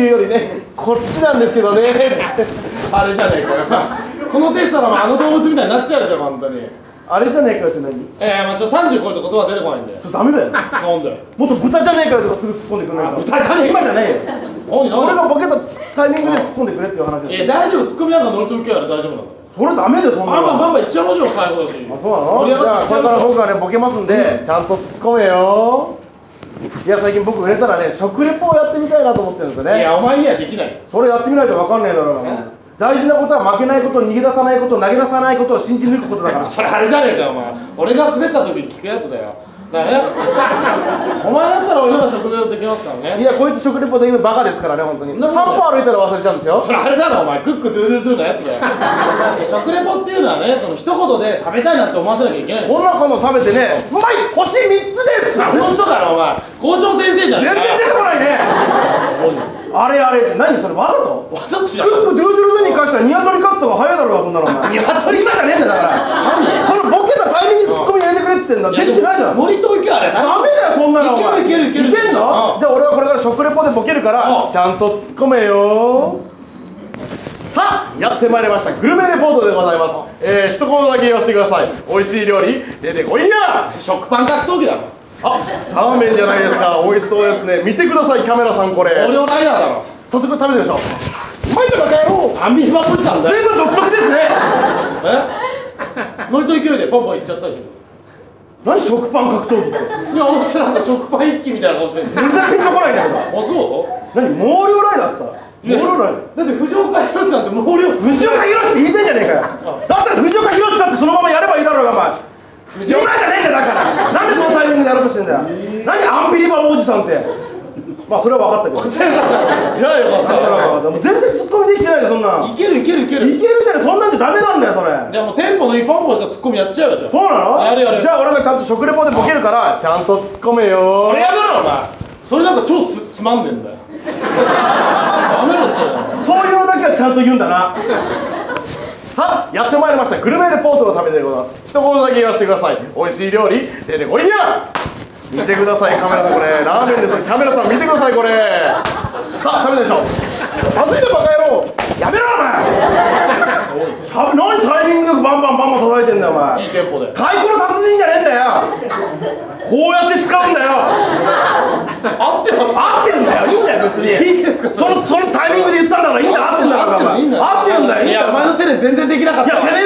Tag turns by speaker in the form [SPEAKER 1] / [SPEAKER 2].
[SPEAKER 1] いうよりねこっちなんですけどねつってあれじゃねえかよこのテストのあの動物みたいになっちゃうでしょ本当に
[SPEAKER 2] あれじゃねえかよって何
[SPEAKER 1] えー、まあちょっと30超えると言葉出てこないんで
[SPEAKER 2] ダメだよ
[SPEAKER 1] なんで
[SPEAKER 2] もっと豚じゃねえかよとかすぐ突っ込んでくんない
[SPEAKER 1] あ
[SPEAKER 2] か
[SPEAKER 1] 豚じゃねえ
[SPEAKER 2] 今じゃねえよ
[SPEAKER 1] 何何
[SPEAKER 2] 俺がボケたタイミングで突っ込んでくれっていう話
[SPEAKER 1] い
[SPEAKER 2] で
[SPEAKER 1] や
[SPEAKER 2] す
[SPEAKER 1] 大丈夫ツッコミなんか乗りと受けやら大丈夫なんだよ
[SPEAKER 2] それダメだよそん
[SPEAKER 1] バン
[SPEAKER 2] なの
[SPEAKER 1] バンバンバンいっちゃいましょう最後だし
[SPEAKER 2] あそうなのじゃあこれから僕はねボケますんで、ちゃんと突っ込めよいや最近僕売れたらね食レポをやってみたいなと思ってるんですよ
[SPEAKER 1] い
[SPEAKER 2] ね
[SPEAKER 1] やお前にはできない
[SPEAKER 2] それやってみないと分かんねえだろう
[SPEAKER 1] え
[SPEAKER 2] な大事なことは負けないこと逃げ出さないこと投げ出さないことを信じ抜くことだか ら
[SPEAKER 1] それあれじゃねえかよお前俺が滑った時に聞くやつだよだから ねお前だったら俺の方が食料できますから
[SPEAKER 2] い
[SPEAKER 1] ね
[SPEAKER 2] やこいつ食レポできるバカですからね本当に
[SPEAKER 1] なん
[SPEAKER 2] 3
[SPEAKER 1] でだよ
[SPEAKER 2] 歩歩いたら忘れちゃうんですよ
[SPEAKER 1] それあれだろお前クックドゥードゥードゥのやつだよ食レポっていうのはねその一言で食べたいなって思わせなきゃいけないんだよ
[SPEAKER 2] こんなの食べてねうまい星3つです
[SPEAKER 1] 本当だろお前校長先生じゃねえ
[SPEAKER 2] 全然
[SPEAKER 1] かよ
[SPEAKER 2] 出てこないねあれあれ何それわざと
[SPEAKER 1] わざと
[SPEAKER 2] ク
[SPEAKER 1] じゃん
[SPEAKER 2] ックドゥードゥルドゥに関してはニワトリカツとか早いだろうがそんなのお 前ニワトリ今じゃねえんだよだからそのボケたタイミングでツッコミ入れてくれって言ってんだできてないじゃんダメ
[SPEAKER 1] 森と行けよあれ
[SPEAKER 2] だよそんなのお前
[SPEAKER 1] いけるいけるいける
[SPEAKER 2] い
[SPEAKER 1] う
[SPEAKER 2] けんの
[SPEAKER 1] ん
[SPEAKER 2] じゃあ俺はこれから食レポでボケるから
[SPEAKER 1] うん
[SPEAKER 2] ちゃんと突っ込めよさあやってまいりましたグルメレポートでございますえー、一コマだけ言わせてください美味しい料理出てこいや
[SPEAKER 1] 食パン格闘技だろ
[SPEAKER 2] あラーメンじゃないですか 美味しそうですね見てくださいキャメラさんこれ
[SPEAKER 1] オレオライダーだろ
[SPEAKER 2] 早速食べてみましょううまいのバカ野郎
[SPEAKER 1] アンビリバブルなんだよ
[SPEAKER 2] 全部独 特ですね
[SPEAKER 1] え森と勢いでポンポン行っちゃったでしょ
[SPEAKER 2] 何食パン格闘技って
[SPEAKER 1] いや面白いなんか食パン一揆みたいな顔してるんですよ
[SPEAKER 2] 全然ピンとこないんだけど
[SPEAKER 1] あそう
[SPEAKER 2] 何毛量ライダーってさ毛
[SPEAKER 1] いや
[SPEAKER 2] 量ライダー
[SPEAKER 1] だって藤岡弘なんて毛量す
[SPEAKER 2] 藤岡弘って言いたいんじゃねえかよだったら藤岡弘だってそのままやればいいだろうがお前今じゃねえんだよだからなんでそのタイミングでやろうとしてんだよ何アンビリバボーおじさんってまあそれは分かったけど
[SPEAKER 1] じゃあよ
[SPEAKER 2] だか
[SPEAKER 1] か
[SPEAKER 2] ら
[SPEAKER 1] っ
[SPEAKER 2] もう全然ツッコミできてないよそんな
[SPEAKER 1] た
[SPEAKER 2] ん
[SPEAKER 1] い
[SPEAKER 2] い
[SPEAKER 1] けるいけるいけ
[SPEAKER 2] け
[SPEAKER 1] る
[SPEAKER 2] るじゃないそんなんじゃダメなんだよそれ
[SPEAKER 1] じゃあもうテンポのいいポンポンしたツッコミやっちゃうよじゃあ
[SPEAKER 2] そうなの
[SPEAKER 1] やるやる
[SPEAKER 2] じゃあ俺がちゃんと食レポでボケるからちゃんと突っ込め
[SPEAKER 1] そ
[SPEAKER 2] よ
[SPEAKER 1] れやめろお前それなんか超つつまんねえんだよダメです よ
[SPEAKER 2] そういうのだけはちゃんと言うんだなさあやってまいりましたグルメレポートのためでございます一言だけ言わせてください美味しい料理出てこいや見てくださいカメラさんこれラーメンですキャメラさん見てくださいこれさあ食べてみましょうまずいなバカ野郎やめろお前さ何タイミングでバンバンバンバン叩いてんだよお前
[SPEAKER 1] いいテンポで
[SPEAKER 2] 太鼓の達人じゃねえんだよこうやって使うんだよ
[SPEAKER 1] 合ってます
[SPEAKER 2] 合ってんだよいいんだよ別に
[SPEAKER 1] いいですか
[SPEAKER 2] そのそのタイミングで言ったんだからいいんだ合ってんだからお
[SPEAKER 1] 合って
[SPEAKER 2] 前
[SPEAKER 1] るんだよ
[SPEAKER 2] 合ってんだよいいんだよ
[SPEAKER 1] いやお前のせいで全然できなかっ
[SPEAKER 2] い
[SPEAKER 1] た
[SPEAKER 2] や、てめえ